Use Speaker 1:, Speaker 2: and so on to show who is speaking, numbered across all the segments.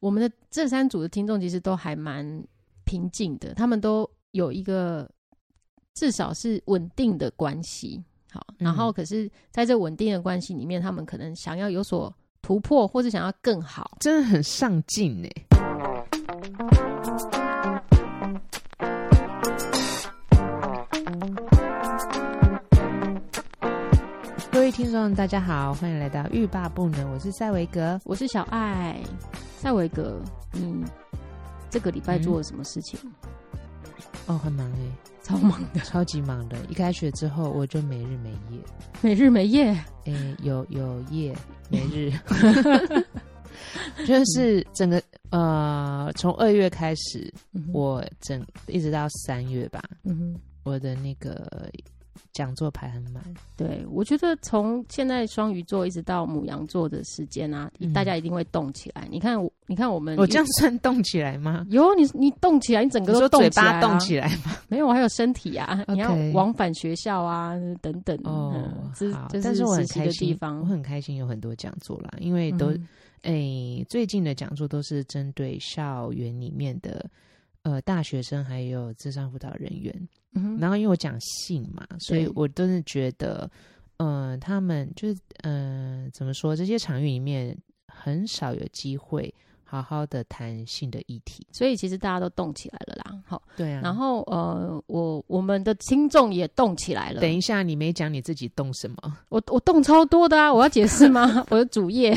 Speaker 1: 我们的这三组的听众其实都还蛮平静的，他们都有一个至少是稳定的关系。好，然后可是在这稳定的关系里面，他们可能想要有所突破，或者想要更好。
Speaker 2: 真的很上进哎、各位听众，大家好，欢迎来到欲罢不能，我是塞维格。
Speaker 1: 我是小爱，塞维格，你这个礼拜做了什么事情？
Speaker 2: 哦，很忙哎、
Speaker 1: 超忙的，
Speaker 2: 超级忙的。一开学之后，我就没日没 夜，
Speaker 1: 没日没夜。
Speaker 2: 诶、有有夜没日， 就是整个呃，从二月开始，
Speaker 1: 嗯哼，
Speaker 2: 我整一直到三月吧，
Speaker 1: 嗯哼。
Speaker 2: 我的那个讲座排很满。
Speaker 1: 对，我觉得从现在双鱼座一直到母羊座的时间啊，
Speaker 2: 嗯
Speaker 1: 大家一定会动起来。你看我，你看我们
Speaker 2: 我这样算动起来吗？
Speaker 1: 有你，你动起嗯来，你整
Speaker 2: 你
Speaker 1: 个都
Speaker 2: 说
Speaker 1: 动
Speaker 2: 嘴
Speaker 1: 起来、
Speaker 2: 巴
Speaker 1: 啊，
Speaker 2: 动起来吗？
Speaker 1: 没有，还有身体啊，你要
Speaker 2: OK
Speaker 1: 往返学校啊，等等。
Speaker 2: 哦
Speaker 1: 嗯，这
Speaker 2: 好，
Speaker 1: 这
Speaker 2: 但是我
Speaker 1: 实
Speaker 2: 很
Speaker 1: 习
Speaker 2: 开
Speaker 1: 的
Speaker 2: 心，
Speaker 1: 地方
Speaker 2: 我，很开心有很多讲座啦，因为都
Speaker 1: 嗯
Speaker 2: 诶、最近的讲座都是针对校园里面的呃大学生还有智商辅导人员。
Speaker 1: 嗯哼
Speaker 2: 然后因为我讲性嘛，所以
Speaker 1: 对
Speaker 2: 我真的觉得，嗯、他们就是嗯、呃怎么说，这些场域里面很少有机会好好的谈性的议题。
Speaker 1: 所以其实大家都动起来了啦。好，
Speaker 2: 对啊，
Speaker 1: 然后呃，我我们的听众也动起来了。
Speaker 2: 等一下，你没讲你自己动什么？
Speaker 1: 我我动超多的啊，我要解释 吗？我的主页，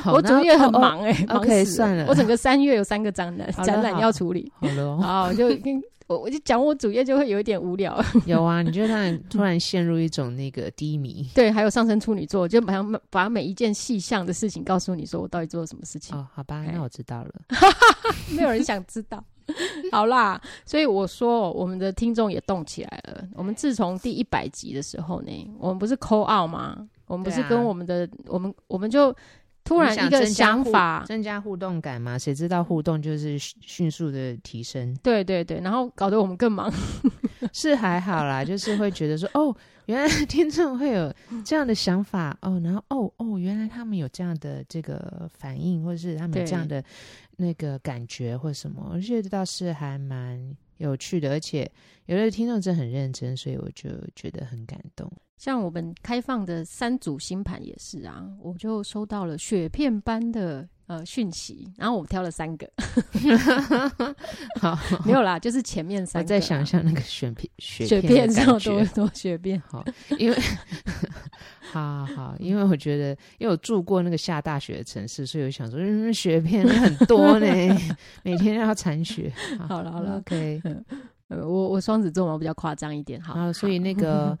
Speaker 2: 好
Speaker 1: 我主页很。
Speaker 2: 然后哦哦
Speaker 1: 忙哎、忙
Speaker 2: OK，
Speaker 1: 死
Speaker 2: 算了
Speaker 1: 我整个三月有三个展览
Speaker 2: 好了
Speaker 1: 展览要处理，
Speaker 2: 好 了、哦，
Speaker 1: 啊，我就跟我我就讲我主页就会有一点无聊。
Speaker 2: 有啊，你就突然突然陷入一种那个 低迷。
Speaker 1: 对，还有上升处女座，就把它把每一件细项的事情告诉你，说我到底做了什么事情，
Speaker 2: 哦，好吧，
Speaker 1: 哎
Speaker 2: 那我知道了。
Speaker 1: 没有人想知 道。好啦，所以我说我们的听众也动起来了。我们自从第一百集的时候呢，我们不是扣 out 吗？我们不是
Speaker 2: 对啊
Speaker 1: 跟我们的、我们我们就突
Speaker 2: 我
Speaker 1: 然
Speaker 2: 想
Speaker 1: 一个
Speaker 2: 增加
Speaker 1: 想
Speaker 2: 互
Speaker 1: 法，，
Speaker 2: 增加互动感嘛，谁知道互动就是迅迅速的提升
Speaker 1: 对对对，然后搞得我们更忙。
Speaker 2: 是还好 啦，就是会觉得说，哦，原来听众会有
Speaker 1: 嗯
Speaker 2: 这样的想法哦，然后哦哦，原来他们有这样的这个反应，或是他们有
Speaker 1: 对
Speaker 2: 这样的那个感觉或什么，我觉得倒是还蛮有趣的，而且有的听众真的很认真，所以我就觉得很感 动。
Speaker 1: 像我们开放的三组星盘也是啊，我就收到了雪片般的呃讯息，然后我挑了三 个，
Speaker 2: 好，
Speaker 1: 没有啦，就是前面三
Speaker 2: 我
Speaker 1: 个啊。
Speaker 2: 再想象那个雪片
Speaker 1: 雪
Speaker 2: 雪
Speaker 1: 片
Speaker 2: 的
Speaker 1: 上
Speaker 2: 感
Speaker 1: 多
Speaker 2: 觉。
Speaker 1: 多雪片，
Speaker 2: 好，因为好好好，因为我觉得，因为我住过那个下大雪的城市，所以我想说，嗯，雪片很多呢， 每天要铲雪。
Speaker 1: 好了好了
Speaker 2: ，OK。
Speaker 1: 啊呃，我我双子座嘛我比较夸张一点，好，
Speaker 2: 然啊后，所以那个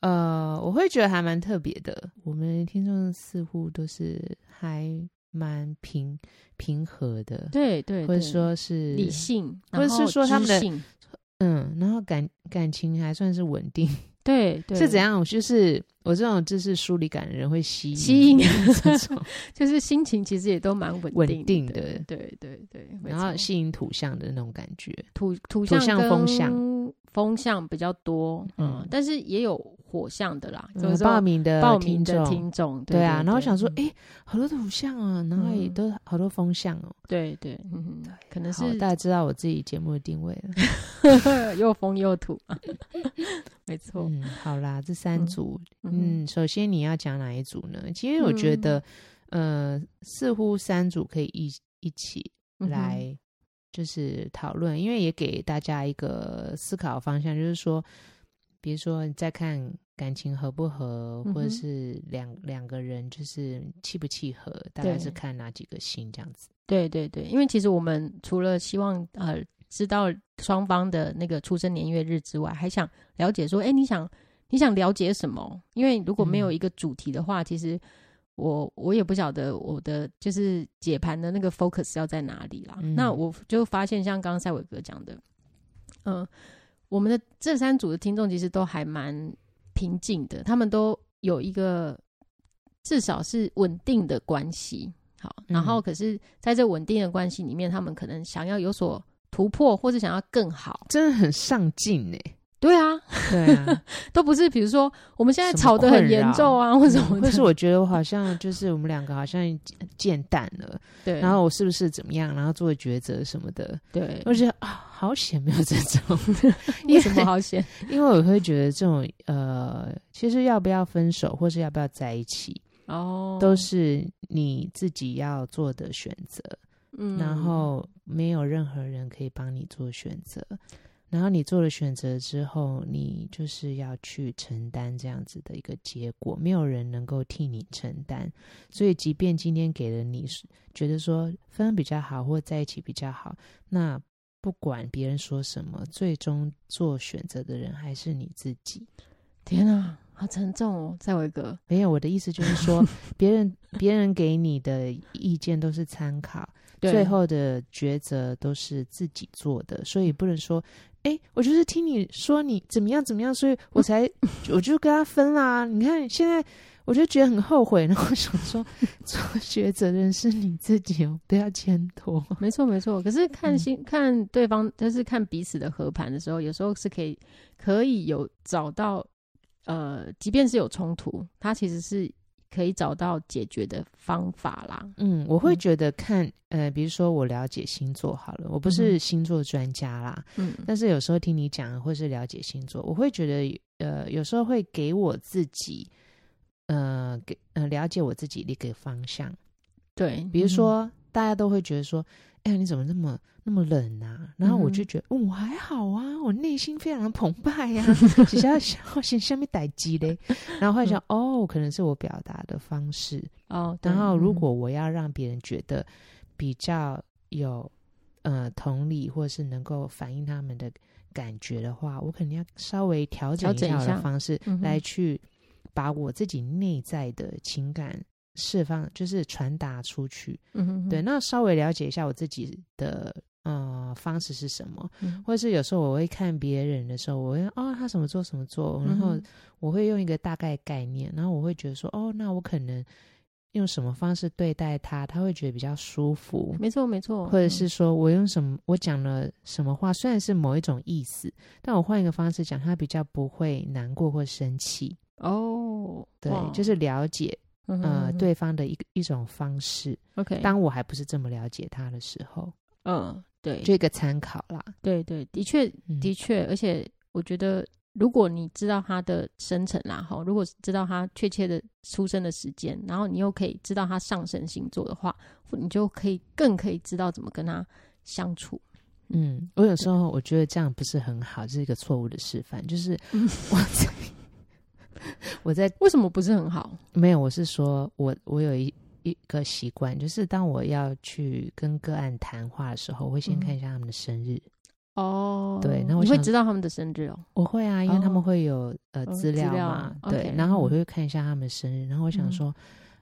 Speaker 2: 呃，我会觉得还蛮特别的。我们听众似乎都是还蛮平平和的，
Speaker 1: 对对，
Speaker 2: 或
Speaker 1: 对
Speaker 2: 者说是
Speaker 1: 理，性，
Speaker 2: 或者
Speaker 1: 然后
Speaker 2: 是说他们的
Speaker 1: 知性
Speaker 2: 嗯，然后感感情还算是稳定。
Speaker 1: 对对
Speaker 2: 是怎？样？我就是我这种就是疏离感的人会吸引
Speaker 1: 吸引
Speaker 2: 这种，
Speaker 1: 就是心情其实也都蛮稳
Speaker 2: 稳
Speaker 1: 定
Speaker 2: 定
Speaker 1: 的
Speaker 2: 的
Speaker 1: 对对对，没
Speaker 2: 然后
Speaker 1: 错
Speaker 2: 吸引土象的那种感觉。
Speaker 1: 土土
Speaker 2: 土
Speaker 1: 象
Speaker 2: 象风象
Speaker 1: 跟风象比较多，嗯，
Speaker 2: 嗯
Speaker 1: 但是也有火象的啦，就
Speaker 2: 嗯
Speaker 1: 是说
Speaker 2: 报名的
Speaker 1: 报名的
Speaker 2: 听众
Speaker 1: 听众，
Speaker 2: 对啊，然后想说，
Speaker 1: 嗯
Speaker 2: 哎，好多土象啊，然后也
Speaker 1: 嗯
Speaker 2: 都好多风象哦。
Speaker 1: 对对，嗯，可能
Speaker 2: 好，
Speaker 1: 是
Speaker 2: 大家知道我自己节目的定位了。
Speaker 1: 又风又土，没错，
Speaker 2: 嗯，好啦，这三
Speaker 1: 嗯
Speaker 2: 组，
Speaker 1: 嗯
Speaker 2: 嗯，首先你要讲哪一组呢？其实我觉得，呃，似乎三组可以一一起
Speaker 1: 嗯哼，
Speaker 2: 嗯来就是讨论，因为也给大家一个思考方向，就是说，比如说你再看感情合不合，
Speaker 1: 嗯哼
Speaker 2: 或者是两两个人就是契不契合，大概
Speaker 1: 对
Speaker 2: 是看哪几个星这样子。
Speaker 1: 对对对，因为其实我们除了希望呃知道双方的那个出生年月日之外，还想了解说，哎，你想你想了解什么？因为如果没有
Speaker 2: 嗯
Speaker 1: 一个主题的话，其实我我也不晓得我的就是解盘的那个 focus 要在哪里啦。
Speaker 2: 嗯
Speaker 1: 那我就发现，像刚刚赛伟哥讲的，嗯、我们的这三组的听众其实都还蛮平静的，他们都有一个至少是稳定的关系。好，然后
Speaker 2: 嗯
Speaker 1: 可是在这稳定的关系里面，他们可能想要有所突破，或是想要更好。
Speaker 2: 真的很上进呢、
Speaker 1: 对啊，
Speaker 2: 对啊，
Speaker 1: 都不是，比如说我们现在吵得
Speaker 2: 什么
Speaker 1: 很
Speaker 2: 困
Speaker 1: 严
Speaker 2: 扰嗯
Speaker 1: 重啊，或什么
Speaker 2: 或
Speaker 1: 的，
Speaker 2: 是我觉得我好像就是我们两个好像见淡了，
Speaker 1: 对，
Speaker 2: 然后我是不是怎么样，然后做抉择什么的，
Speaker 1: 对，
Speaker 2: 我觉得啊，好险没有这种，
Speaker 1: 为什么好险？
Speaker 2: 因为我会觉得这种呃，其实要不要分手或是要不要在一起，
Speaker 1: 哦，
Speaker 2: 都是你自己要做的选择，
Speaker 1: 嗯
Speaker 2: 然后没有任何人可以帮你做选择。然后你做了选择之后，你就是要去承担这样子的一个结果，没有人能够替你承担。所以，即便今天给了你是觉得说分比较好或在一起比较好，那不管别人说什么，最终做选择的人还是你自己。
Speaker 1: 天啊，好沉重哦，再有一个，
Speaker 2: 没有，我的意思就是说，别人别人给你的意见都是参考，
Speaker 1: 对
Speaker 2: 最后的抉择都是自己做的，所以不能说，哎、我就是听你说你怎么样怎么样，所以我 才我就跟他分啦。你看现在，我就觉得很后悔，然后我想 说，做抉择的人是你自己哦，不要牵拖。
Speaker 1: 没错没错。可是看
Speaker 2: 嗯
Speaker 1: 心、看对方，就是看彼此的合盘的时候，有时候是可以可以有找到，呃，即便是有冲突，它其实是可以找到解决的方法啦。
Speaker 2: 嗯，我会
Speaker 1: 嗯
Speaker 2: 觉得看，呃，比如说我了解星座好了，我不
Speaker 1: 嗯
Speaker 2: 是星座专家啦，
Speaker 1: 嗯，
Speaker 2: 但是有时候听你讲，或是了解星座，我会觉得，呃，有时候会给我自己，呃，给呃了解我自己的一个方向。
Speaker 1: 对，
Speaker 2: 比如
Speaker 1: 嗯
Speaker 2: 说，大家都会觉得说，哎呀，你怎么那么那么冷啊？然后我就
Speaker 1: 嗯哼
Speaker 2: 觉得，嗯，我还好啊，我内心非常的澎湃 呀、只是要想我先下面逮鸡嘞。然后后来想，哦，可能是我表达的方式。
Speaker 1: 哦，嗯对
Speaker 2: 然后，如
Speaker 1: 嗯
Speaker 2: 果我要让别人觉得比较有呃同理，或是能够反映他们的感觉的话，我肯定要稍微调整
Speaker 1: 调整一
Speaker 2: 下我
Speaker 1: 下
Speaker 2: 的方式，
Speaker 1: 嗯哼
Speaker 2: 来去把我自己内在的情感释放，就是传达出去。
Speaker 1: 嗯哼
Speaker 2: 对，，那稍微了解一下我自己的呃方式是什么，
Speaker 1: 嗯
Speaker 2: 或是有时候我会看别人的时候，我会哦他什么做什么做，然后
Speaker 1: 嗯哼
Speaker 2: 我会用一个大概概念，然后我会觉得说哦，那我可能用什么方式对待他，他会觉得比较舒服。
Speaker 1: 没错没错，
Speaker 2: 或者
Speaker 1: 嗯
Speaker 2: 是说我用什么，我讲了什么话，虽然是某一种意思，但我换一个方式讲，他比较不会难过或生气。
Speaker 1: 哦，
Speaker 2: 对
Speaker 1: 哇，
Speaker 2: 就是了解
Speaker 1: 嗯哼
Speaker 2: 呃
Speaker 1: 嗯哼
Speaker 2: 对方的一个一种方式。
Speaker 1: ，OK，
Speaker 2: 当我还不是这么了解他的时候，
Speaker 1: 嗯，对，
Speaker 2: 就一个参考啦。
Speaker 1: 对对，的确
Speaker 2: 嗯
Speaker 1: 的确，而且我觉得，如果你知道他的生辰啦，哈，如果知道他确切的出生的时间，然后你又可以知道他上升星座的话，你就可以更可以知道怎么跟他相处。
Speaker 2: 嗯，我有时候我觉得这样不是很好，这是一个错误的示范。就是
Speaker 1: 嗯
Speaker 2: 我在我在
Speaker 1: 为什么不是很好？
Speaker 2: 没有，我是说我我有一一个习惯，就是当我要去跟个案谈话的时候，我会先
Speaker 1: 嗯
Speaker 2: 看一下他们的生日。
Speaker 1: 哦，
Speaker 2: 对那我
Speaker 1: 你会
Speaker 2: 想
Speaker 1: 知道他们的生日哦。
Speaker 2: 我会啊，因为他
Speaker 1: 哦
Speaker 2: 们会有呃
Speaker 1: 哦
Speaker 2: 资
Speaker 1: 资
Speaker 2: 料
Speaker 1: 料
Speaker 2: 嘛，
Speaker 1: OK，
Speaker 2: 对，然后
Speaker 1: 嗯
Speaker 2: 我会看一下他们生日，然后我想
Speaker 1: 嗯
Speaker 2: 说，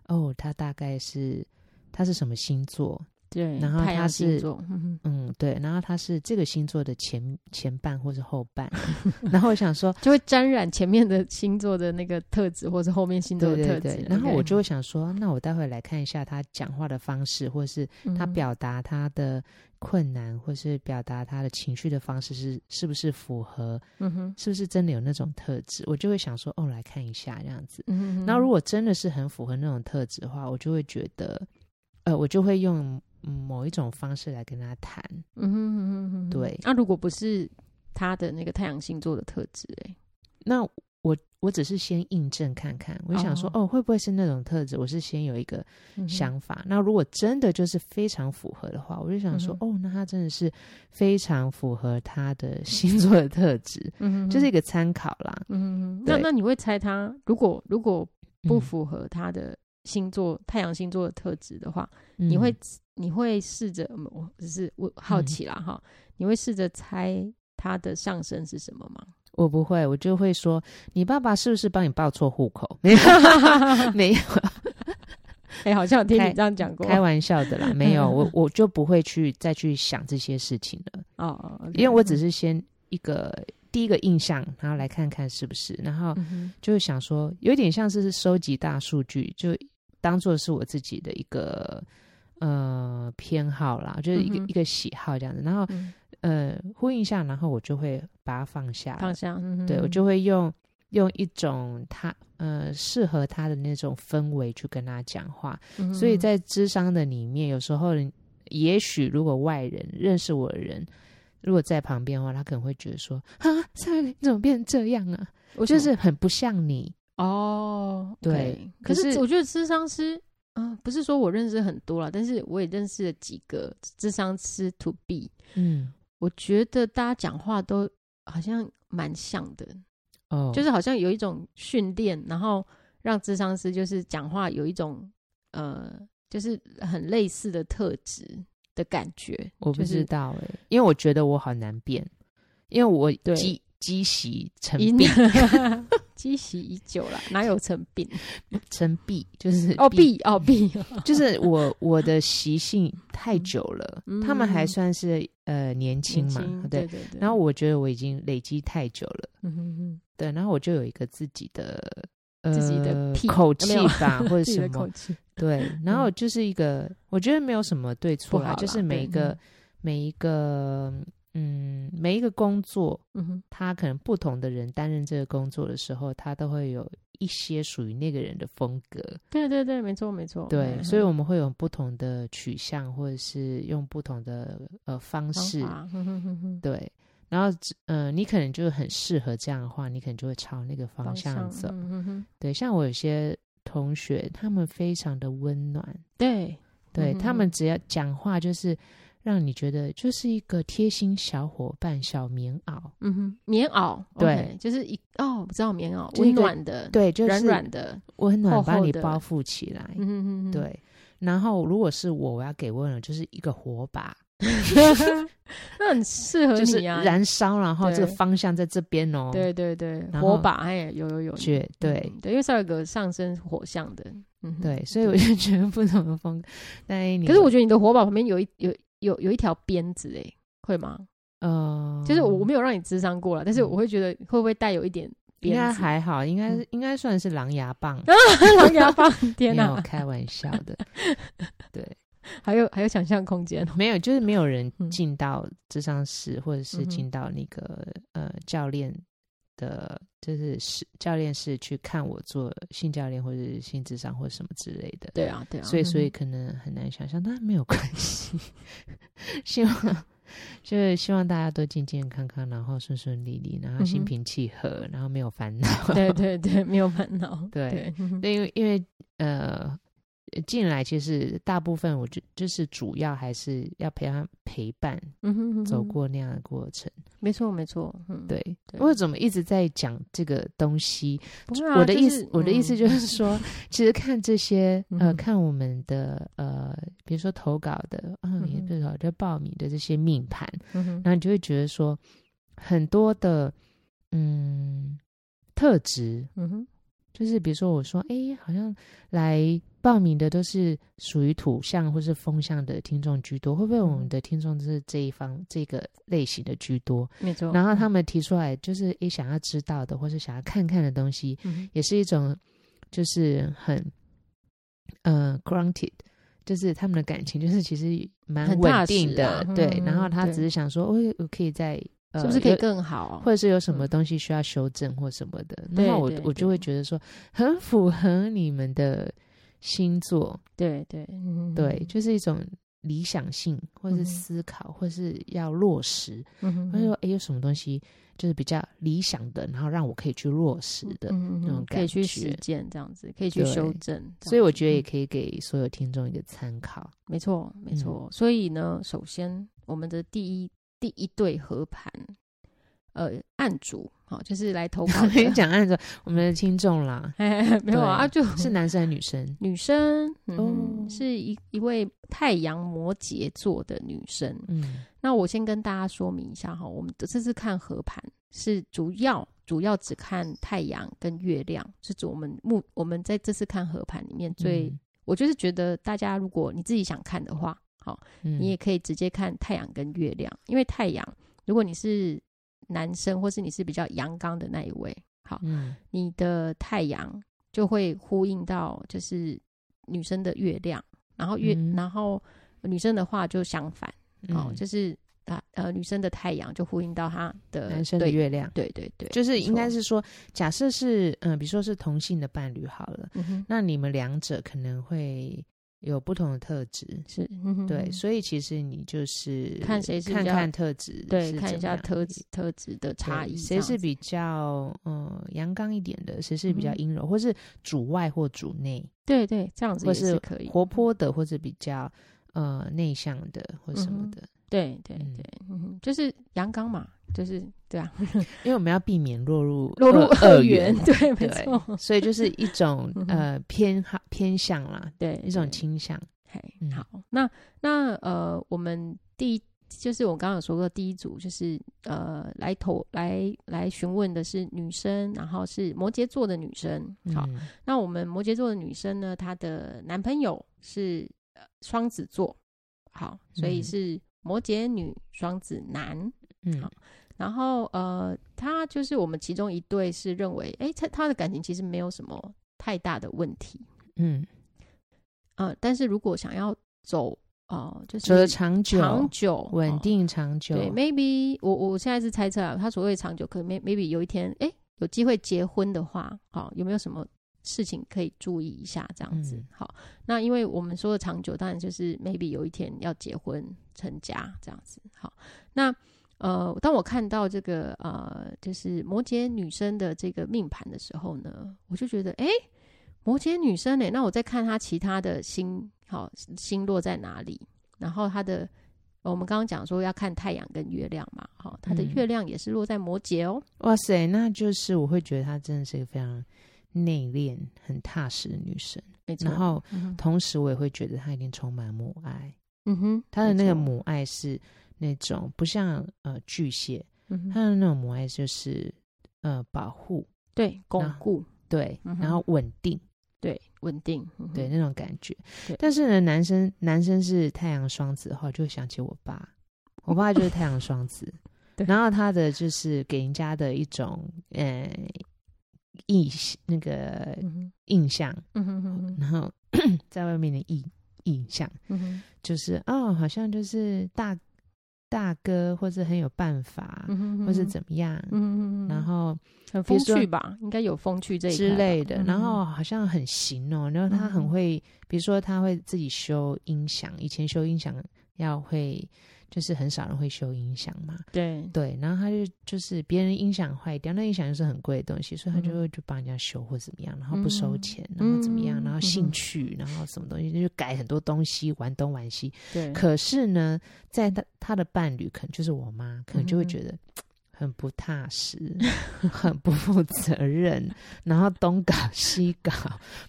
Speaker 2: 哦，他大概是他是什么星座？
Speaker 1: 对，
Speaker 2: 然后
Speaker 1: 太
Speaker 2: 他
Speaker 1: 阳星
Speaker 2: 是
Speaker 1: 座，嗯哼
Speaker 2: 嗯，对，然后他是这个星座的前前半或是后半， 然后我 想说，
Speaker 1: 就会沾染前面的星座的那个特质，或是后面星座
Speaker 2: 对
Speaker 1: 的
Speaker 2: 对
Speaker 1: 特质。
Speaker 2: 对，然后
Speaker 1: OK
Speaker 2: 我就会想说，那我待会来看一下他讲话的方式，或是他
Speaker 1: 嗯
Speaker 2: 表达他的困难，或是表达他的情绪的方式是是不是符合，
Speaker 1: 嗯哼
Speaker 2: 是不是真的有那种特质，我就会想说，哦，来看一下这样子。
Speaker 1: 嗯哼，
Speaker 2: 那如果真的是很符合那种特质的话，我就会觉得，呃，我就会用某一种方式来跟他谈。
Speaker 1: 嗯哼嗯哼嗯哼，
Speaker 2: 对
Speaker 1: 那、如果不是他的那个太阳星座的特质、欸，
Speaker 2: 那我我只是先印证看看，我就想说，
Speaker 1: 哦
Speaker 2: 哦，会不会是那种特质？我是先有一个
Speaker 1: 嗯哼
Speaker 2: 想法。那如果真的就是非常符合的话，我就想说
Speaker 1: 嗯，
Speaker 2: 哦，那他真的是非常符合他的星座的特质，
Speaker 1: 嗯哼，
Speaker 2: 就是一个参考啦。
Speaker 1: 嗯哼，那
Speaker 2: 对
Speaker 1: 那你会猜他如果如果不
Speaker 2: 嗯，
Speaker 1: 符合他的星座、太阳星座的特质的话，
Speaker 2: 嗯
Speaker 1: 你会你会试着，嗯我只是我好奇
Speaker 2: 嗯
Speaker 1: 啦哈，你会试着猜他的上升是什么吗？
Speaker 2: 我不会，我就会说，你爸爸是不是帮你报错户 口？ 没有，没有。
Speaker 1: 哎、好像有听你
Speaker 2: 开
Speaker 1: 这样讲过，
Speaker 2: 开玩笑的啦，没有， 我我就不会去再去想这些事情了，
Speaker 1: 哦哦，OK，
Speaker 2: 因为我只是先一个第一个印象，然后来看看是不是，然后
Speaker 1: 嗯哼
Speaker 2: 就想说，有点像是收集大数据，就当做是我自己的一个呃偏好啦，就是一个、
Speaker 1: 嗯哼
Speaker 2: 一个喜好这样子，然后
Speaker 1: 嗯
Speaker 2: 呃呼应一下，然后我就会把它放下了，
Speaker 1: 放下，嗯、
Speaker 2: 对我就
Speaker 1: 会
Speaker 2: 会用用一种他呃适合他的那种氛围去跟他讲话，
Speaker 1: 嗯
Speaker 2: 所以在智商的里面，有时候人也许如果外人认识我的人，如果在旁边的话，他可能会觉得说：“啊，三月你怎么变成这样啊？
Speaker 1: 我
Speaker 2: 就是很不像你。
Speaker 1: 哦，
Speaker 2: 对
Speaker 1: OK
Speaker 2: 可
Speaker 1: 可
Speaker 2: 是
Speaker 1: 是我觉得智商师，嗯、不是说我认识很多啦，但是我也认识了几个智商师 to B，”
Speaker 2: 嗯，
Speaker 1: 我觉得大家讲话都好像蛮像的，
Speaker 2: 哦，
Speaker 1: 就是好像有一种训练，然后让智商师就是讲话有一种呃，就是很类似的特质的感觉。
Speaker 2: 我不
Speaker 1: 就
Speaker 2: 知
Speaker 1: 是
Speaker 2: 道哎、因为我觉得我好难变，因为我
Speaker 1: 对
Speaker 2: 积积习成
Speaker 1: 因
Speaker 2: 病，
Speaker 1: 积习已久了，哪有成 病？
Speaker 2: 成弊就是
Speaker 1: 哦，弊哦弊，
Speaker 2: 就是我我的习性太久了，
Speaker 1: 嗯
Speaker 2: 他们还算是呃年轻嘛，
Speaker 1: 年轻
Speaker 2: 对
Speaker 1: 对。对对。
Speaker 2: 然后我觉得我已经累积太久了，
Speaker 1: 嗯哼哼
Speaker 2: 对。然后我就有一个自己的呃
Speaker 1: 自己的癖
Speaker 2: 口气
Speaker 1: 没有
Speaker 2: 吧，或者
Speaker 1: 自己
Speaker 2: 什
Speaker 1: 的口
Speaker 2: 么，
Speaker 1: 气，
Speaker 2: 对。然后就是一个，我觉得没有什么对
Speaker 1: 不
Speaker 2: 错啦，啊
Speaker 1: 好
Speaker 2: 就
Speaker 1: 啦
Speaker 2: 是每
Speaker 1: 对
Speaker 2: 一个
Speaker 1: 嗯
Speaker 2: 每一个嗯每一个工作，
Speaker 1: 嗯哼，
Speaker 2: 他可能不同的人担任这个工作的时候，他都会有一些属于那个人的风格。
Speaker 1: 对对对，没错没错，
Speaker 2: 对，
Speaker 1: 嗯
Speaker 2: 所以我们会有不同的取向，或者是用不同的呃方
Speaker 1: 方
Speaker 2: 式。
Speaker 1: 法嗯哼哼哼哼
Speaker 2: 对，然后呃，你可能就很适合这样的话，你可能就会朝那个方
Speaker 1: 方
Speaker 2: 向走。
Speaker 1: 嗯哼哼
Speaker 2: 对，像我有些同学，他们非常的温暖，
Speaker 1: 对，
Speaker 2: 对、
Speaker 1: 嗯哼
Speaker 2: 他们
Speaker 1: 哼
Speaker 2: 只要讲话就是让你觉得就是一个贴心小伙伴、小棉袄。
Speaker 1: 嗯哼，棉袄，
Speaker 2: 对
Speaker 1: OK，就是一哦，我知道棉袄，
Speaker 2: 就一
Speaker 1: 温
Speaker 2: 个
Speaker 1: 暖的，
Speaker 2: 对，就
Speaker 1: 嗯
Speaker 2: 是
Speaker 1: 软软的，
Speaker 2: 温暖
Speaker 1: 厚
Speaker 2: 把
Speaker 1: 厚
Speaker 2: 你
Speaker 1: 的
Speaker 2: 包覆起来。
Speaker 1: 嗯哼哼哼，
Speaker 2: 对，然后如果是我，我要给温暖就是一个火 把。
Speaker 1: 那很适合
Speaker 2: 就是
Speaker 1: 你啊，
Speaker 2: 燃烧，然后
Speaker 1: 对
Speaker 2: 这个方向在这边哦。，
Speaker 1: 对对对，
Speaker 2: 然后
Speaker 1: 火把，哎，有有有，
Speaker 2: 绝对
Speaker 1: 嗯对，因为是有个上升火象的，嗯哼，
Speaker 2: 对，所以我就觉得不同的风格。但你
Speaker 1: 可是我觉得你的火把旁边有一有有有一条鞭子，哎，会吗？
Speaker 2: 呃，
Speaker 1: 就是我我没有让你智商过了，但是
Speaker 2: 嗯
Speaker 1: 我会觉得会不会带有一点
Speaker 2: 应
Speaker 1: 鞭
Speaker 2: 该
Speaker 1: 子？
Speaker 2: 还好，应
Speaker 1: 嗯
Speaker 2: 该是应该算是狼牙 棒。
Speaker 1: 狼牙棒，天
Speaker 2: 没有
Speaker 1: 哪，
Speaker 2: 开玩笑的，对，
Speaker 1: 还有还有想象空间哦。
Speaker 2: 没有，就是没有人
Speaker 1: 嗯
Speaker 2: 进到智商室，或者是
Speaker 1: 嗯哼
Speaker 2: 进到那个呃教练的，就是室教练室去看我做性教练或者是性智商或者什么之类的。
Speaker 1: 对啊，对啊，
Speaker 2: 所以所以
Speaker 1: 嗯
Speaker 2: 可能很难想象，但没有关系。 希望就是希望大家都健健康康，然后顺顺利利，然后
Speaker 1: 嗯
Speaker 2: 心
Speaker 1: 哼
Speaker 2: 平气和，然后没有烦恼。
Speaker 1: 对对对，没有烦恼，
Speaker 2: 对
Speaker 1: 对，嗯哼
Speaker 2: 对，因为因为呃进来其实大部分我就就是主要还是要陪他陪伴
Speaker 1: 嗯哼哼
Speaker 2: 走
Speaker 1: 哼，
Speaker 2: 过那样的过程。
Speaker 1: 没错没错，嗯，
Speaker 2: 对，
Speaker 1: 对
Speaker 2: 我怎么一直在讲这个东西？
Speaker 1: 不会啊，
Speaker 2: 我的
Speaker 1: 就
Speaker 2: 意
Speaker 1: 是
Speaker 2: 思，我的意思就，
Speaker 1: 嗯
Speaker 2: 是说，其实看这些呃，
Speaker 1: 嗯
Speaker 2: 看我们的呃，比如说投稿的，嗯，
Speaker 1: 嗯
Speaker 2: 也
Speaker 1: 哼
Speaker 2: 比如说就报名的这些命盘，
Speaker 1: 嗯哼
Speaker 2: 然后你就会觉得说，很多的嗯特质，
Speaker 1: 嗯哼，
Speaker 2: 就是比如说我说，诶，好像来报名的都是属于土象或是风象的听众居多，会不会我们
Speaker 1: 嗯
Speaker 2: 的听众是这一方这个类型的居多？
Speaker 1: 没错。
Speaker 2: 然后他
Speaker 1: 们，
Speaker 2: 们提出来就是也想要知道的，或是想要看看的东西，
Speaker 1: 嗯
Speaker 2: 也是一种就是很呃 granted，就是他们的感情就是其实蛮
Speaker 1: 很
Speaker 2: 稳
Speaker 1: 踏
Speaker 2: 定
Speaker 1: 实
Speaker 2: 的，
Speaker 1: 啊
Speaker 2: 对。
Speaker 1: 嗯
Speaker 2: 然后他
Speaker 1: 对
Speaker 2: 只是想说，我我可以在、呃、
Speaker 1: 是不是可以
Speaker 2: 有
Speaker 1: 更好？
Speaker 2: 或者是有什么
Speaker 1: 嗯
Speaker 2: 东西需要修正或什么的，
Speaker 1: 对
Speaker 2: 然后我
Speaker 1: 对
Speaker 2: 我就会
Speaker 1: 对
Speaker 2: 觉得说很符合你们的星座，
Speaker 1: 对对，嗯，
Speaker 2: 对，就是一种理想性，或
Speaker 1: 嗯
Speaker 2: 是
Speaker 1: 哼
Speaker 2: 思考，或是要落实。
Speaker 1: 嗯哼
Speaker 2: 他就说，诶，有什么东西就是比较理想的，然后让我可以去落实的，
Speaker 1: 嗯嗯
Speaker 2: 那种
Speaker 1: 可以
Speaker 2: 感
Speaker 1: 去
Speaker 2: 觉
Speaker 1: 实践这样子，可以去
Speaker 2: 对
Speaker 1: 修正这样。
Speaker 2: 所以我觉得也
Speaker 1: 嗯
Speaker 2: 可以给所有听众一个参考。
Speaker 1: 没错，没
Speaker 2: 嗯
Speaker 1: 错。所以呢，首先我们的第一第一对合盘，呃，案主，好、就是来投稿
Speaker 2: 我跟你
Speaker 1: 的，
Speaker 2: 讲，按照我们的听众啦，
Speaker 1: 哎，没有啊，啊就
Speaker 2: 对 是男生还是女生？
Speaker 1: 女生，嗯哼，
Speaker 2: 哦
Speaker 1: 是一一位太阳摩羯座的女生。
Speaker 2: 嗯
Speaker 1: 那我先跟大家说明一下哈，我们这次看合盘是主要主要只看太阳跟月亮，是指我们目我们在这次看合盘里面最，
Speaker 2: 嗯
Speaker 1: 我就是觉得大家如果你自己想看的话，好、
Speaker 2: 嗯
Speaker 1: 你也可以直接看太阳跟月亮，因为太阳，如果你是男生或是你是比较阳刚的那一位，好，
Speaker 2: 嗯
Speaker 1: 你的太阳就会呼应到就是女生的月亮，然后月，
Speaker 2: 嗯
Speaker 1: 然后女生的话就相反，哦，
Speaker 2: 嗯
Speaker 1: 就是啊呃女生的太阳就呼应到他的
Speaker 2: 男生的
Speaker 1: 对
Speaker 2: 月亮，
Speaker 1: 对对对，
Speaker 2: 就是应该
Speaker 1: 没错
Speaker 2: 是说，假设是嗯、呃比如说是同性的伴侣好了，
Speaker 1: 嗯哼
Speaker 2: 那你们两者可能会有不同的特质。
Speaker 1: 是嗯哼
Speaker 2: 对，
Speaker 1: 嗯
Speaker 2: 所以其实你就是
Speaker 1: 看谁是比
Speaker 2: 看
Speaker 1: 较
Speaker 2: 看特质，
Speaker 1: 对看一下特质特质的差异，
Speaker 2: 谁是比较嗯阳刚一点的，谁是比较
Speaker 1: 嗯
Speaker 2: 阴柔，或是主外或主内，
Speaker 1: 对对这样子
Speaker 2: 或
Speaker 1: 也
Speaker 2: 是
Speaker 1: 可以，
Speaker 2: 活泼的，或者比较呃内向的，或什么
Speaker 1: 嗯哼
Speaker 2: 的。
Speaker 1: 对对
Speaker 2: 嗯
Speaker 1: 对，嗯哼，就是阳刚嘛，就是对啊，
Speaker 2: 因为我们要避免落入
Speaker 1: 落入
Speaker 2: 二
Speaker 1: 二元，对，没
Speaker 2: 对
Speaker 1: 错，
Speaker 2: 所以就是一种
Speaker 1: 嗯哼
Speaker 2: 呃偏好偏向啦，
Speaker 1: 对
Speaker 2: 一种
Speaker 1: 对
Speaker 2: 倾向。
Speaker 1: 嘿，
Speaker 2: 嗯
Speaker 1: 好，那那呃，我们第一就是我刚刚有说过，第一组就是呃来投来来询问的是女生，然后是摩羯座的女生。好，
Speaker 2: 嗯，
Speaker 1: 那我们摩羯座的女生呢，她的男朋友是呃双子座，好，所以
Speaker 2: 嗯
Speaker 1: 是摩羯女双子男。
Speaker 2: 嗯
Speaker 1: 好，然后呃，她就是我们其中一对是认为，哎，她她的感情其实没有什么太大的问题。
Speaker 2: 嗯，
Speaker 1: 呃，但是如果想要走呃，就是
Speaker 2: 走的长久、
Speaker 1: 长久
Speaker 2: 稳、
Speaker 1: 哦
Speaker 2: 定、长久，
Speaker 1: 对，maybe 我我现在是猜测啊，他所谓长久，可能 may- maybe 有一天，哎，有机会结婚的话，好、有没有什么事情可以注意一下？这样子，
Speaker 2: 嗯
Speaker 1: 好，那因为我们说的长久，当然就是 maybe 有一天要结婚成家这样子，好，那。呃，当我看到这个呃，就是摩羯女生的这个命盘的时候呢，我就觉得，哎、摩羯女生呢、那我再看她其他的星，好星落在哪里，然后她的呃我们刚刚讲说要看太阳跟月亮嘛，好，她的
Speaker 2: 嗯
Speaker 1: 月亮也是落在摩羯哦，
Speaker 2: 哇塞，那就是我会觉得她真的是一个非常内敛、很踏实的女生。
Speaker 1: 没错
Speaker 2: 然，后
Speaker 1: 嗯哼
Speaker 2: 同时，我也会觉得她一定充满母爱，
Speaker 1: 嗯哼，
Speaker 2: 她的那个
Speaker 1: 没错，
Speaker 2: 母爱是那种不像呃巨蟹，
Speaker 1: 嗯哼
Speaker 2: 她的那种母爱就是呃保护，
Speaker 1: 对，巩固，
Speaker 2: 对，
Speaker 1: 嗯哼
Speaker 2: 然后稳定。
Speaker 1: 对，稳定，嗯哼
Speaker 2: 对，那种感觉
Speaker 1: 对。
Speaker 2: 但是呢，男生男生是太阳双子的话，就会想起 我爸，我爸就是太阳双子
Speaker 1: 对，
Speaker 2: 然后他的就是给人家的一种呃印那个
Speaker 1: 嗯哼，
Speaker 2: 印象，
Speaker 1: 嗯哼嗯哼
Speaker 2: 然后 在外面的印印象
Speaker 1: 嗯哼，
Speaker 2: 就是哦，好像就是大大哥或者很有办法，
Speaker 1: 嗯哼，
Speaker 2: 啊或是
Speaker 1: 样，
Speaker 2: 怎么样，
Speaker 1: 嗯哼嗯哼，
Speaker 2: 然后
Speaker 1: 很
Speaker 2: 比
Speaker 1: 风
Speaker 2: 如说
Speaker 1: 趣吧，应该有风趣这一
Speaker 2: 之
Speaker 1: 块吧
Speaker 2: 类的，
Speaker 1: 嗯
Speaker 2: 然后
Speaker 1: 哼
Speaker 2: 好像很行哦、然后他
Speaker 1: 嗯
Speaker 2: 很
Speaker 1: 哼
Speaker 2: 会，比如说他会自己修音响，以前修音响要会，就是很少人会修音响嘛，
Speaker 1: 对，
Speaker 2: 对，然后他就就是别人音响坏掉，那音响又是很贵的东西，所以他就
Speaker 1: 嗯哼
Speaker 2: 会去帮人家修或怎么样，然后不收
Speaker 1: 嗯
Speaker 2: 钱，然后怎么样，
Speaker 1: 嗯
Speaker 2: 然后
Speaker 1: 嗯
Speaker 2: 兴
Speaker 1: 哼
Speaker 2: 趣，然后什么东西就改很多东西，玩东玩西，
Speaker 1: 对，
Speaker 2: 可是呢，在他他的伴侣可能就是我妈，可能就会
Speaker 1: 嗯
Speaker 2: 觉得。很不踏实， 很不负责任，然后东搞西搞，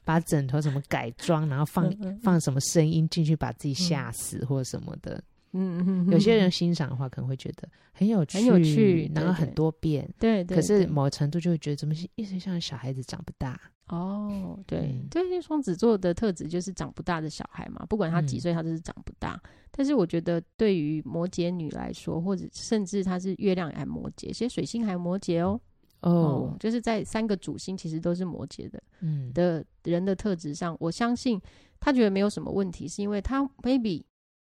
Speaker 2: 把枕头什么改装，然后放
Speaker 1: 嗯嗯嗯
Speaker 2: 放什么声音进去，把自己吓死或什么的。
Speaker 1: 嗯嗯嗯，
Speaker 2: 有些
Speaker 1: 嗯
Speaker 2: 人欣赏的话，可能会觉得很有趣，
Speaker 1: 很有趣
Speaker 2: 然
Speaker 1: 对
Speaker 2: 后很
Speaker 1: 对
Speaker 2: 多变。
Speaker 1: 对，对
Speaker 2: 可是
Speaker 1: 对
Speaker 2: 某程度就会觉得，怎么一直像小孩子长不大？
Speaker 1: 哦，对
Speaker 2: 嗯，
Speaker 1: 对，因为双子座的特质就是长不大的小孩嘛，不管他几
Speaker 2: 嗯
Speaker 1: 岁，他就是长不大。但是我觉得，对于摩羯女来说，或者甚至她是月亮还摩羯，其实水星还摩羯哦，
Speaker 2: 哦，
Speaker 1: 就是在三个主星其实都是摩羯的
Speaker 2: 嗯，
Speaker 1: 的人的特质上，我相信她觉得没有什么问题，是因为她 maybe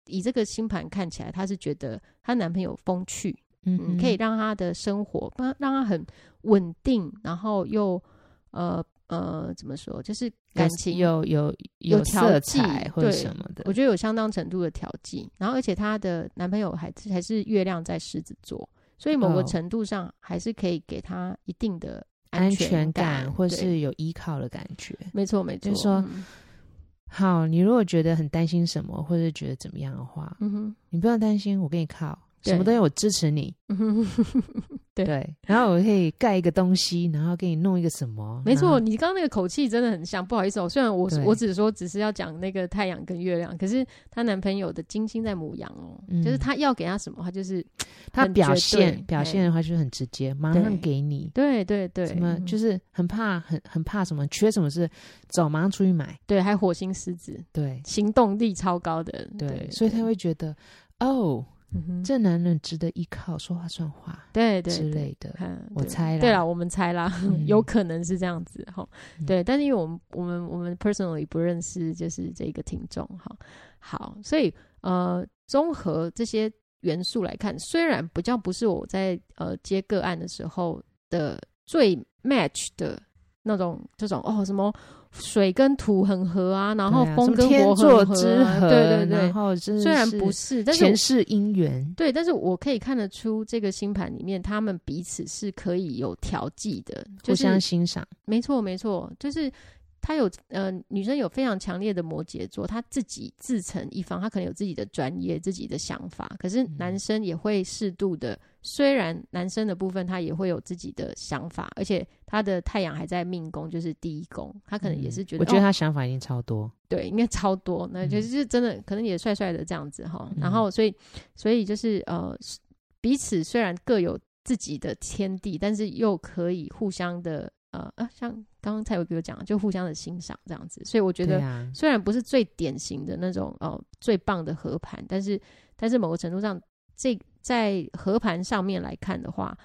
Speaker 1: 以这个星盘看起来，她是觉得她男朋友风趣，
Speaker 2: 嗯
Speaker 1: 嗯，
Speaker 2: 哼，
Speaker 1: 可以让他的生活，让让他很稳定，然后又呃呃怎么说，就是感情，
Speaker 2: 有有
Speaker 1: 有调
Speaker 2: 色
Speaker 1: 剂
Speaker 2: 彩或者
Speaker 1: 对
Speaker 2: 什么的。
Speaker 1: 我觉得有相当程度的调剂。然后而且她的男朋友还还是月亮在狮子座，所以某个
Speaker 2: 哦
Speaker 1: 程度上还是可以给他一定的
Speaker 2: 安
Speaker 1: 全
Speaker 2: 全
Speaker 1: 感，
Speaker 2: 感，或
Speaker 1: 对
Speaker 2: 是有依靠的感觉。
Speaker 1: 没错没错，
Speaker 2: 就是说
Speaker 1: 嗯
Speaker 2: 好，你如果觉得很担心什么，或者觉得怎么样的话，
Speaker 1: 嗯哼
Speaker 2: 你不用担心，我给你靠，什么
Speaker 1: 对
Speaker 2: 东西我支持你。
Speaker 1: 嗯哼，对
Speaker 2: 对，然后我可以盖一个东西，然后给你弄一个什么。
Speaker 1: 没错，
Speaker 2: 然后，
Speaker 1: 你刚刚那个口气真的很像，不好意思哦。虽然我
Speaker 2: 对
Speaker 1: 我只说只是要讲那个太阳跟月亮，可是她男朋友的金星在母羊哦，
Speaker 2: 嗯
Speaker 1: 就是他要给她什么，他就是
Speaker 2: 他
Speaker 1: 很
Speaker 2: 表
Speaker 1: 绝
Speaker 2: 现
Speaker 1: 对
Speaker 2: 表
Speaker 1: 哎
Speaker 2: 现的话就是很直接，马上
Speaker 1: 对
Speaker 2: 给你。
Speaker 1: 对对对，
Speaker 2: 什么
Speaker 1: 嗯
Speaker 2: 就是很怕，很很怕什么，缺什么事，走，马上出去买。
Speaker 1: 对，还火星狮子，
Speaker 2: 对
Speaker 1: 行动力超高的，
Speaker 2: 对，所以他会觉得，哦，
Speaker 1: 嗯哼
Speaker 2: 这男人值得依靠，说话算话
Speaker 1: 对对
Speaker 2: 之
Speaker 1: 对
Speaker 2: 类的。
Speaker 1: 嗯
Speaker 2: 我
Speaker 1: 对
Speaker 2: 猜啦
Speaker 1: 对啦，我们猜啦，
Speaker 2: 嗯
Speaker 1: 有可能是这样子哈。
Speaker 2: 嗯
Speaker 1: 对，但是因为我们我们我们 personally 不认识，就是这个听众哈。好，所以呃，综合这些元素来看，虽然比较不是我在呃接个案的时候的最 match 的那种这种哦什么水跟土很合啊，然后
Speaker 2: 对啊
Speaker 1: 风
Speaker 2: 什么
Speaker 1: 跟
Speaker 2: 天
Speaker 1: 火
Speaker 2: 作
Speaker 1: 很合
Speaker 2: 之
Speaker 1: 啊对对
Speaker 2: 然
Speaker 1: 对。
Speaker 2: 后真的
Speaker 1: 虽然
Speaker 2: 是
Speaker 1: 不是，但是我
Speaker 2: 前世姻缘，
Speaker 1: 对，但是我可以看得出这个星盘里面他们彼此是可以有调剂的，就
Speaker 2: 互
Speaker 1: 是
Speaker 2: 相欣赏，
Speaker 1: 没错，没错，就是她有呃，女生有非常强烈的摩羯座，她自己自成一方，她可能有自己的专业、自己的想法。可是
Speaker 2: 嗯
Speaker 1: 男生也会适度的，虽然男生的部分他也会有自己的想法，而且他的太阳还在命宫，就是第一宫，他可能也是觉得，
Speaker 2: 嗯我觉得
Speaker 1: 哦、
Speaker 2: 他想法已经超多，
Speaker 1: 对，应该超多，那就
Speaker 2: 嗯
Speaker 1: 是就是真的可能也帅帅的这样子哈。
Speaker 2: 嗯
Speaker 1: 然后所以所以就是呃，彼此虽然各有自己的天地，但是又可以互相的呃啊，像刚刚蔡伟哥有讲，就互相的欣赏这样子。所以我觉
Speaker 2: 对
Speaker 1: 得
Speaker 2: 啊，
Speaker 1: 虽然不是最典型的那种哦、呃最棒的合盘，但是但是某个程度上，这在合盘上面来看的话。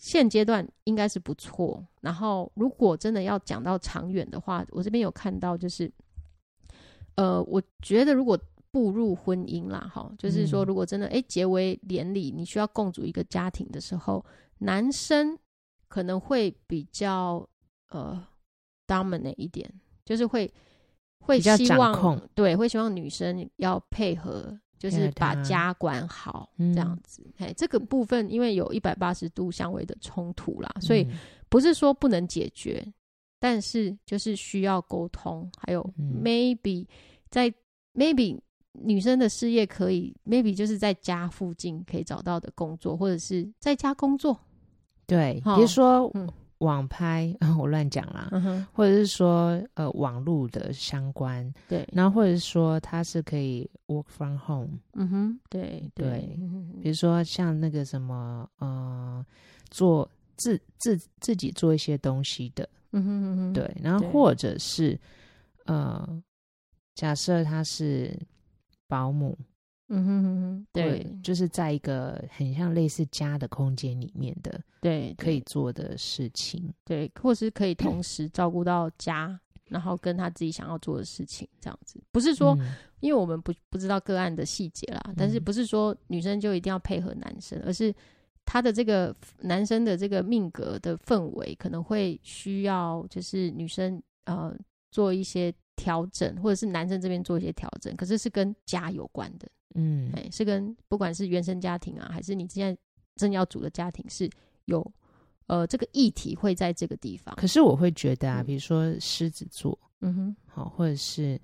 Speaker 1: 现阶段应该是不错，然后如果真的要讲到长远的话，我这边有看到就是呃，我觉得如果步入婚姻啦，哈，就是说，
Speaker 2: 嗯
Speaker 1: 如果真的哎、诶结为连理，你需要共组一个家庭的时候，男生可能会比较呃 dominant 一点，就是会会
Speaker 2: 比较
Speaker 1: 希
Speaker 2: 掌
Speaker 1: 望
Speaker 2: 控
Speaker 1: 对，会希望女生要配合，就
Speaker 2: 配
Speaker 1: 是
Speaker 2: 合
Speaker 1: 把
Speaker 2: 他
Speaker 1: 家管好、
Speaker 2: 嗯
Speaker 1: 这样子。哎，这个部分因为有一百八十度相位的冲突啦，所以
Speaker 2: 嗯
Speaker 1: 不是说不能解决，但是就是需要沟通，还有
Speaker 2: 嗯
Speaker 1: maybe 在 maybe 女生的事业可以 maybe 就是在家附近可以找到的工作，或者是在家工作。
Speaker 2: 对，
Speaker 1: 好
Speaker 2: 比如说
Speaker 1: 嗯
Speaker 2: 网拍， 我乱讲啦，
Speaker 1: 嗯哼，
Speaker 2: 或者是说呃网络的相关，
Speaker 1: 对，
Speaker 2: 然后或者是说它是可以 work from home，
Speaker 1: 嗯哼，对
Speaker 2: 对
Speaker 1: 嗯哼嗯
Speaker 2: 比如说像那个什么呃做自自自己做一些东西的，
Speaker 1: 哼嗯哼，
Speaker 2: 对，然后
Speaker 1: 对
Speaker 2: 或者是呃假设他是保姆，
Speaker 1: 嗯哼嗯哼，
Speaker 2: 或
Speaker 1: 对
Speaker 2: 者就是在一个很像类似家的空间里面的
Speaker 1: 对，
Speaker 2: 可以做的事情，
Speaker 1: 对，或是可以 同时照顾到家，然后跟他自己想要做的事情，这样子，不是说
Speaker 2: 嗯
Speaker 1: 因为我们不不知道个案的细节啦，但是
Speaker 2: 嗯
Speaker 1: 不是说女生就一定要配合男生，而是他的这个男生的这个命格的氛围可能会需要，就是女生呃做一些调整，或者是男生这边做一些调整，可是是跟家有关的，
Speaker 2: 嗯
Speaker 1: 哎、是跟不管是原生家庭啊，还是你现在正要组的家庭是有呃这个议题会在这个地方，
Speaker 2: 可是我会觉得啊，
Speaker 1: 嗯
Speaker 2: 比如说狮子座，
Speaker 1: 嗯哼，
Speaker 2: 好、或者是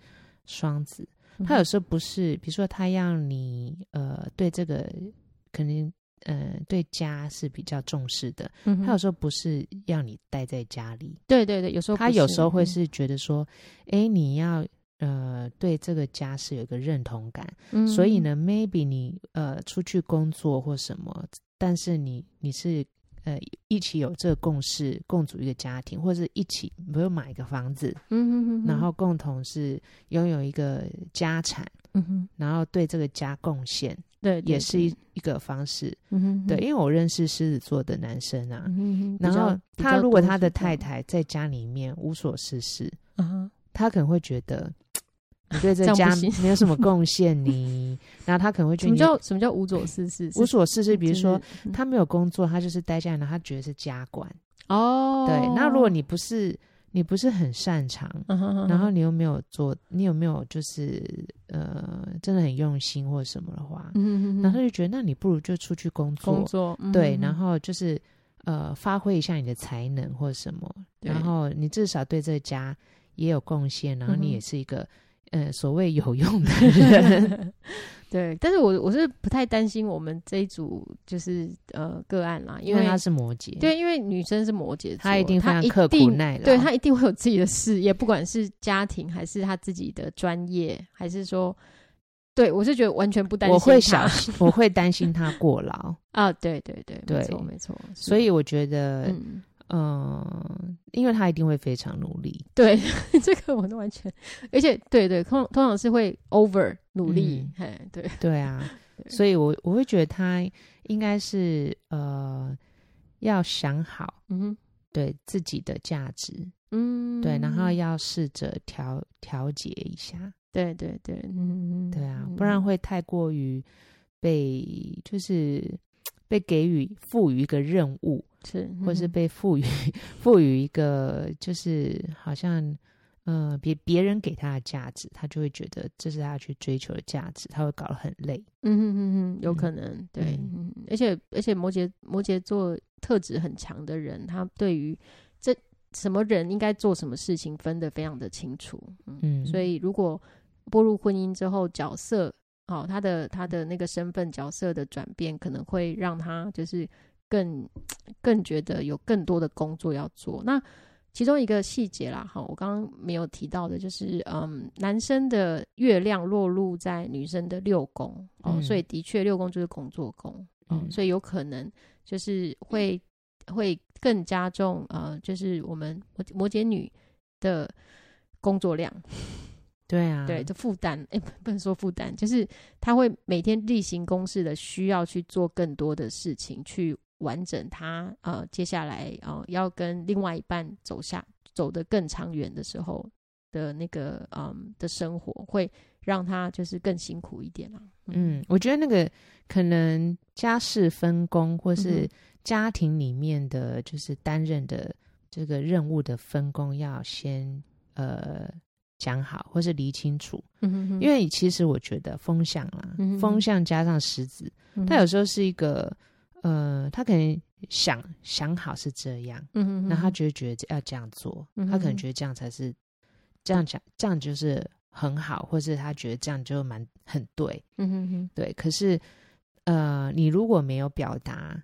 Speaker 2: 双子，
Speaker 1: 嗯
Speaker 2: 他有
Speaker 1: 哼
Speaker 2: 时候不是，比如说他要你呃对这个肯定呃对家是比较重视的，
Speaker 1: 嗯哼
Speaker 2: 他有时候不是要你待在家里，
Speaker 1: 对对对，有时候
Speaker 2: 他
Speaker 1: 不
Speaker 2: 有时候会
Speaker 1: 嗯
Speaker 2: 是觉得说，哎、你要。呃，对这个家是有一个认同感，
Speaker 1: 嗯
Speaker 2: 所以呢，maybe 你呃出去工作或什么，但是你你是呃一起有这个共识，共组一个家庭，或者是一起比如买一个房子，
Speaker 1: 嗯哼，嗯哼
Speaker 2: 然后共同是拥有一个家产，
Speaker 1: 嗯哼，
Speaker 2: 然后对这个家贡献，
Speaker 1: 对，对
Speaker 2: 也是一一个方式。
Speaker 1: 嗯哼，
Speaker 2: 对，因为我认识狮子座的男生啊，
Speaker 1: 嗯哼，
Speaker 2: 然
Speaker 1: 比较
Speaker 2: 后
Speaker 1: 比
Speaker 2: 他
Speaker 1: 较
Speaker 2: 如果
Speaker 1: 多
Speaker 2: 他
Speaker 1: 是
Speaker 2: 的
Speaker 1: 这样
Speaker 2: 太太在家里面无所事事，
Speaker 1: 嗯哼
Speaker 2: 他可能会觉得你对
Speaker 1: 这样
Speaker 2: 这
Speaker 1: 不
Speaker 2: 家
Speaker 1: 行
Speaker 2: 没 有什么贡献你，然后他可能会觉
Speaker 1: 什
Speaker 2: 得
Speaker 1: 么
Speaker 2: 你
Speaker 1: 叫什么叫无所事事？
Speaker 2: 无
Speaker 1: 是
Speaker 2: 所事事，比如
Speaker 1: 就是
Speaker 2: 说。
Speaker 1: 嗯
Speaker 2: 他没有工作，他就是待下来，然后他觉得是家管。
Speaker 1: 哦，
Speaker 2: 对，那如果你不是你不是很擅长，
Speaker 1: 嗯哼，嗯
Speaker 2: 然后
Speaker 1: 哼
Speaker 2: 你又没有做，你有没有就是呃，真的很用心或者什么的话，
Speaker 1: 嗯哼嗯哼
Speaker 2: 然后他就觉得那你不如就出去工作，
Speaker 1: 工作嗯
Speaker 2: 对，然
Speaker 1: 后
Speaker 2: 后就是呃，发挥一下你的才能或者什么，
Speaker 1: 对
Speaker 2: 然后你至少对这家也有贡献，然后
Speaker 1: 嗯
Speaker 2: 你
Speaker 1: 哼
Speaker 2: 也是一个、呃所谓有用 的人，
Speaker 1: 对，但是我我是不太担心我们这一组就是呃个案啦，
Speaker 2: 因
Speaker 1: 因
Speaker 2: 为
Speaker 1: 为
Speaker 2: 他是摩羯，，
Speaker 1: 对，因为女生是摩羯座，
Speaker 2: 他一定非
Speaker 1: 她
Speaker 2: 常刻苦
Speaker 1: 定
Speaker 2: 耐劳，
Speaker 1: 对他一定会有自己的事业，不管是家庭还是他自己的专业，还是说，对我是觉得完全不担心
Speaker 2: 我
Speaker 1: 他。
Speaker 2: 会小心，我会担心他过 劳，
Speaker 1: 啊，对对对，
Speaker 2: 对
Speaker 1: 没错没错。是
Speaker 2: 所，以我觉得，
Speaker 1: 嗯，
Speaker 2: 嗯、因为他一定会非常努力，
Speaker 1: 对， 这个我都完全，而且对对，通通常是会 over 努力，
Speaker 2: 嗯
Speaker 1: 嘿，对，，
Speaker 2: 对啊
Speaker 1: 对
Speaker 2: 所以我我会觉得他应该是呃要想好
Speaker 1: 嗯哼
Speaker 2: 对自己的价值，
Speaker 1: 嗯，
Speaker 2: 对，然后要试着调调节一下，
Speaker 1: 对对对，嗯，
Speaker 2: 对啊，
Speaker 1: 嗯
Speaker 2: 不然会太过于被就是被给予赋予一个任务，
Speaker 1: 是，
Speaker 2: 或是
Speaker 1: 嗯
Speaker 2: 被赋予赋予一个就是好像。呃，别别人给他的价值，他就会觉得这是他去追求的价值，他会搞得很累。
Speaker 1: 嗯哼哼哼，有
Speaker 2: 嗯
Speaker 1: 可能，对，
Speaker 2: 嗯
Speaker 1: 嗯而且而且摩羯摩羯座特质很强的人，他对于这什么人应该做什么事情分得非常的清楚，嗯，
Speaker 2: 嗯，
Speaker 1: 所以如果步入婚姻之后，角色哦，他的他的那个身份角色的转变，可能会让他就是更更觉得有更多的工作要做。那其中一个细节啦，哈，我刚刚没有提到的，就是嗯，男生的月亮落入在女生的六宫哦，
Speaker 2: 嗯
Speaker 1: 所以的确六宫就是工作宫哦，
Speaker 2: 嗯
Speaker 1: 所以有可能就是会会更加重呃，就是我们摩摩羯女的工作量，
Speaker 2: 对啊，
Speaker 1: 对，这负担，哎、不 不能说负担，就是他会每天例行公事的需要去做更多的事情，去完整他呃接下来呃要跟另外一半走下走得更长远的时候的那个嗯的生活，会让他就是更辛苦一点啦。
Speaker 2: 嗯，我觉得那个可能家事分工，或
Speaker 1: 嗯
Speaker 2: 是
Speaker 1: 哼
Speaker 2: 家庭里面的就是担任的这个任务的分工，要先呃讲好，或是理清楚。
Speaker 1: 嗯哼哼，
Speaker 2: 因为其实我觉得风向啊，
Speaker 1: 嗯哼嗯
Speaker 2: 风向加上石子，
Speaker 1: 为
Speaker 2: 它有时候是一个呃，他可能想想好是这样，
Speaker 1: 嗯哼哼，
Speaker 2: 那他就会觉得要这样做，
Speaker 1: 嗯哼
Speaker 2: 他可能
Speaker 1: 哼
Speaker 2: 觉得这样才是这样讲，这样就是很好，或是他觉得这样就蛮很对。
Speaker 1: 嗯哼哼，
Speaker 2: 对，可是呃，你如果没有表达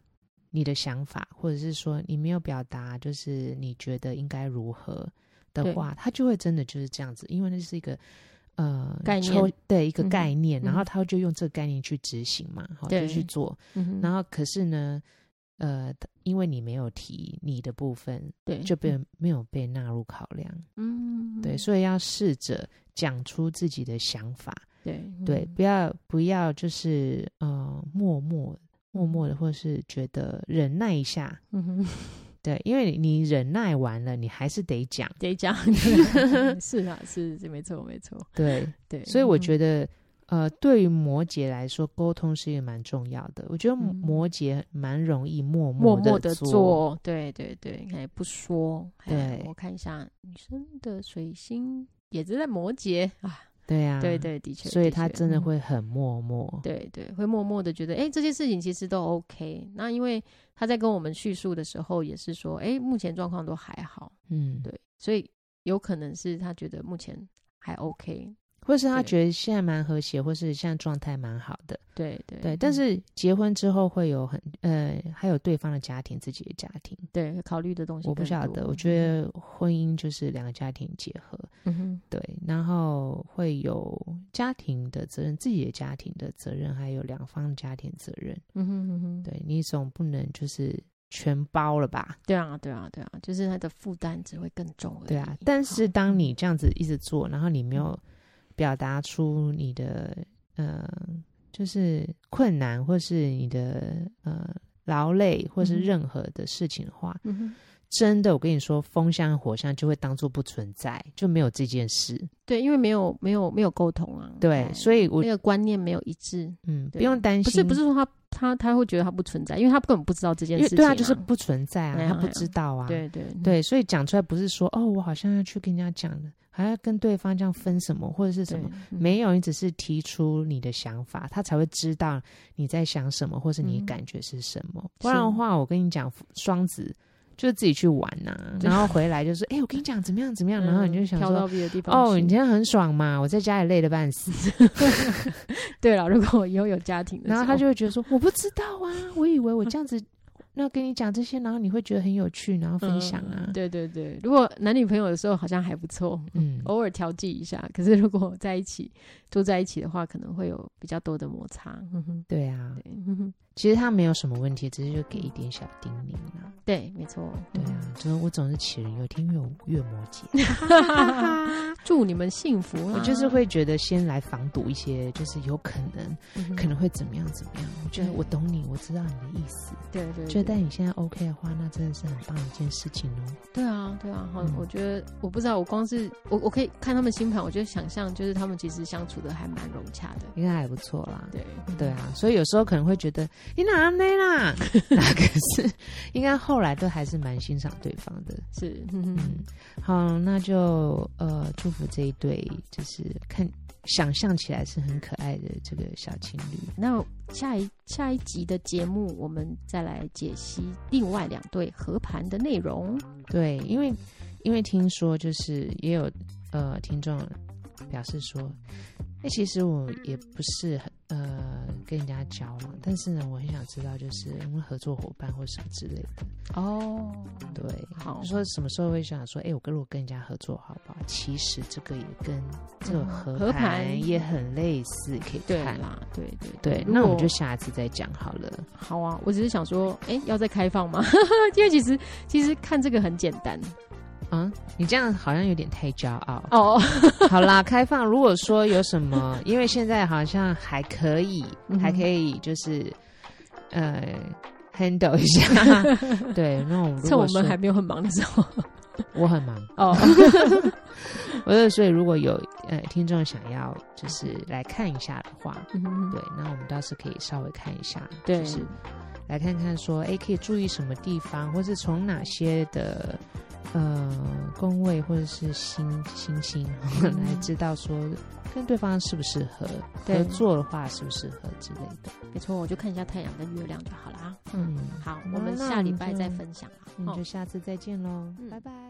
Speaker 2: 你的想法，或者是说你没有表达，就是你觉得应该如何
Speaker 1: 对
Speaker 2: 的话，他就会真的就是这样子，因为那是一个。呃，
Speaker 1: 概
Speaker 2: 抽
Speaker 1: 念
Speaker 2: 对一个
Speaker 1: 嗯哼
Speaker 2: 概念，然后
Speaker 1: 嗯
Speaker 2: 他就用这个概念去执行嘛，好
Speaker 1: 对
Speaker 2: 就去做。
Speaker 1: 嗯哼，
Speaker 2: 然
Speaker 1: 后
Speaker 2: 后可是呢，呃，因为你没有提你的部分，
Speaker 1: 对
Speaker 2: 就被没有被纳入考量。
Speaker 1: 嗯
Speaker 2: 对，所以要试着讲出自己的想法，
Speaker 1: 对
Speaker 2: 对，
Speaker 1: 嗯
Speaker 2: 不要不要就是呃默默默默的，或是觉得忍耐一下，
Speaker 1: 嗯哼，
Speaker 2: 对，因为你忍耐完了，你还是得讲，
Speaker 1: 得 讲 是啊是是没错没错，
Speaker 2: 对，
Speaker 1: 对，
Speaker 2: 所以我
Speaker 1: 嗯
Speaker 2: 觉得。呃，对于摩羯来说，沟通是一个蛮重要的。我觉得摩
Speaker 1: 嗯
Speaker 2: 摩羯蛮容易默
Speaker 1: 默
Speaker 2: 默
Speaker 1: 默
Speaker 2: 的
Speaker 1: 的做，对对对，哎，不说，哎
Speaker 2: 对
Speaker 1: 我看一下女生的水星也是在摩羯啊，
Speaker 2: 对啊，
Speaker 1: 对，对，的确，
Speaker 2: 所以
Speaker 1: 确
Speaker 2: 他真的
Speaker 1: 嗯
Speaker 2: 会很默默。
Speaker 1: 对对，会默默的觉得，哎、这些事情其实都 OK。那因为他在跟我们叙述的时候，也是说，哎、目前状况都还好，
Speaker 2: 嗯，
Speaker 1: 对，所以有可能是他觉得目前还 OK，
Speaker 2: 或是他
Speaker 1: 对
Speaker 2: 觉得现在蛮和谐，或是现在状态蛮好的，
Speaker 1: 对对
Speaker 2: 对，但
Speaker 1: 嗯
Speaker 2: 是结婚之后会有很呃，还有对方的家庭、自己的家庭，
Speaker 1: 嗯对考虑的东西
Speaker 2: 我不
Speaker 1: 更
Speaker 2: 晓
Speaker 1: 多
Speaker 2: 得。我觉，得婚姻就是两个家庭结合，
Speaker 1: 嗯哼，
Speaker 2: 对，然后会有家庭的责任、自己的家庭的责任，还有两方家庭责任。
Speaker 1: 嗯哼嗯哼，
Speaker 2: 对你总不能就是全包了吧？
Speaker 1: 对啊对啊对啊，就是他的负担只会更重而已。
Speaker 2: 对啊，但
Speaker 1: 好
Speaker 2: 是当你这样子一直做，然后你
Speaker 1: 嗯
Speaker 2: 没有表达出你的呃，就是困难或是你的呃劳累或是
Speaker 1: 嗯哼
Speaker 2: 任何的事情的话，
Speaker 1: 嗯哼。
Speaker 2: 真的，我跟你说，风象火象就会当做不存在，就没有这件事。
Speaker 1: 对，因为没有没有没有沟通啊，
Speaker 2: 哎对，所以我
Speaker 1: 那个观念没有一致，
Speaker 2: 嗯，不
Speaker 1: 对
Speaker 2: 用担
Speaker 1: 不
Speaker 2: 心，
Speaker 1: 是不是说他他他会觉得他不存在，因为他根本不知道这件
Speaker 2: 因为
Speaker 1: 事情、
Speaker 2: 对啊，就是不存在
Speaker 1: 哎
Speaker 2: 啊，
Speaker 1: 呀
Speaker 2: 他不知道啊，
Speaker 1: 对对
Speaker 2: 对，所以讲出来不是说哦，我好像要去跟人家讲的，还要跟对方这样分什么或者是什么。，
Speaker 1: 嗯
Speaker 2: 没有，你只是提出你的想法，他才会知道你在想什么，或是你
Speaker 1: 嗯
Speaker 2: 感觉是什么。不然的
Speaker 1: 是
Speaker 2: 话，我跟你讲，双子就是自己去玩呐、
Speaker 1: 对
Speaker 2: 然后回来就说：“哎、我跟你讲怎么样怎么 样。”然后你就
Speaker 1: 嗯
Speaker 2: 想
Speaker 1: 飘
Speaker 2: 说
Speaker 1: 到别的地：“方
Speaker 2: 哦，
Speaker 1: 去
Speaker 2: 你今天很爽嘛，我在家里累得半死。
Speaker 1: 对了，如果我以后有家庭”的时
Speaker 2: 然
Speaker 1: 候，
Speaker 2: 后他就会觉得说：“我不知道啊，我以为我这样子，那跟你讲这些，然后你会觉得很有趣，然后分享啊。
Speaker 1: 嗯对对对，如果男女朋友的时候好像还不错，
Speaker 2: 嗯，
Speaker 1: 偶尔调剂一下，可是如果在一起住在一起的话，可能会有比较多的摩擦。嗯哼，
Speaker 2: 对啊，
Speaker 1: 对，嗯哼
Speaker 2: 其实他没有什么问题，只是就给一点小叮咛啊。
Speaker 1: 对，没错，
Speaker 2: 对啊，就是我总是杞人忧天，因为我月魔 节，
Speaker 1: 嗯， 祝你们幸福啊啦！
Speaker 2: 我就是会觉得先来防堵一些，就是有可能
Speaker 1: 嗯哼，
Speaker 2: 可能会怎么样怎么样。我觉得
Speaker 1: 对
Speaker 2: 我懂你，我知道你的意思。
Speaker 1: 对对，对
Speaker 2: 觉得但你现在 OK 的话，那真的是很棒的一件事情哦。
Speaker 1: 对啊，对啊，好
Speaker 2: 嗯，
Speaker 1: 我觉得我不知道，我光是我我可以看他们星盘，我就想象就是他们其实相处的还蛮融洽的，
Speaker 2: 应该还不错啦。
Speaker 1: 对嗯
Speaker 2: 对，啊，所以有时候可能会觉得你哪内啦，那可是应该后来都还是蛮欣赏对方的。
Speaker 1: 是，嗯哼
Speaker 2: 嗯，好，那就呃祝福这一对，就是看想象起来是很可爱的这个小情侣。
Speaker 1: 那下一下一集的节目，我们再来解析另外两对合盘的内容。
Speaker 2: 对，因为因为听说就是也有呃听众表示说，那、其实我也不是很呃跟人家交往，但是呢，我很想知道就是因为合作伙伴或什么之类的。
Speaker 1: 哦，
Speaker 2: 对，
Speaker 1: 好
Speaker 2: 说什么时候会想说，哎、我跟如果跟人家合作好不好？其实这个也跟这个
Speaker 1: 嗯
Speaker 2: 合
Speaker 1: 合
Speaker 2: 盘
Speaker 1: 盘
Speaker 2: 也很类似，可以
Speaker 1: 对
Speaker 2: 看。
Speaker 1: 啦，对对
Speaker 2: 对，
Speaker 1: 如
Speaker 2: 那我
Speaker 1: 果
Speaker 2: 们就下次再讲好了。
Speaker 1: 好啊。我只是想说，哎、要再开放吗？ 因为其实其实看这个很简单。
Speaker 2: 啊，你这样好像有点太骄傲
Speaker 1: 哦。
Speaker 2: 好啦，开放。如果说有什么，因为现在好像还可以，
Speaker 1: 嗯哼
Speaker 2: 还可以，就是呃，handle 一下。对，那我如果
Speaker 1: 趁我
Speaker 2: 说
Speaker 1: 们还没有很忙的时候
Speaker 2: 我很忙，
Speaker 1: 哦。
Speaker 2: 我就所以如果有呃听众想要就是来看一下的话，
Speaker 1: 嗯哼
Speaker 2: 对，那我们倒是可以稍微看一下，
Speaker 1: 对
Speaker 2: 就是来看看说，哎，可以注意什么地方，或是从哪些的呃宫位或者是星星星
Speaker 1: 嗯
Speaker 2: 来知道说跟对方适不适合，
Speaker 1: 对
Speaker 2: 合作的话适不适合之类的。
Speaker 1: 没错，我就看一下太阳跟月亮就好了啊。
Speaker 2: 嗯，
Speaker 1: 好，
Speaker 2: 那
Speaker 1: 我们
Speaker 2: 那
Speaker 1: 下
Speaker 2: 我
Speaker 1: 礼
Speaker 2: 们
Speaker 1: 拜
Speaker 2: 就
Speaker 1: 再分享啊。
Speaker 2: 那
Speaker 1: 哦
Speaker 2: 就下次再见喽，
Speaker 1: 嗯
Speaker 2: 拜拜。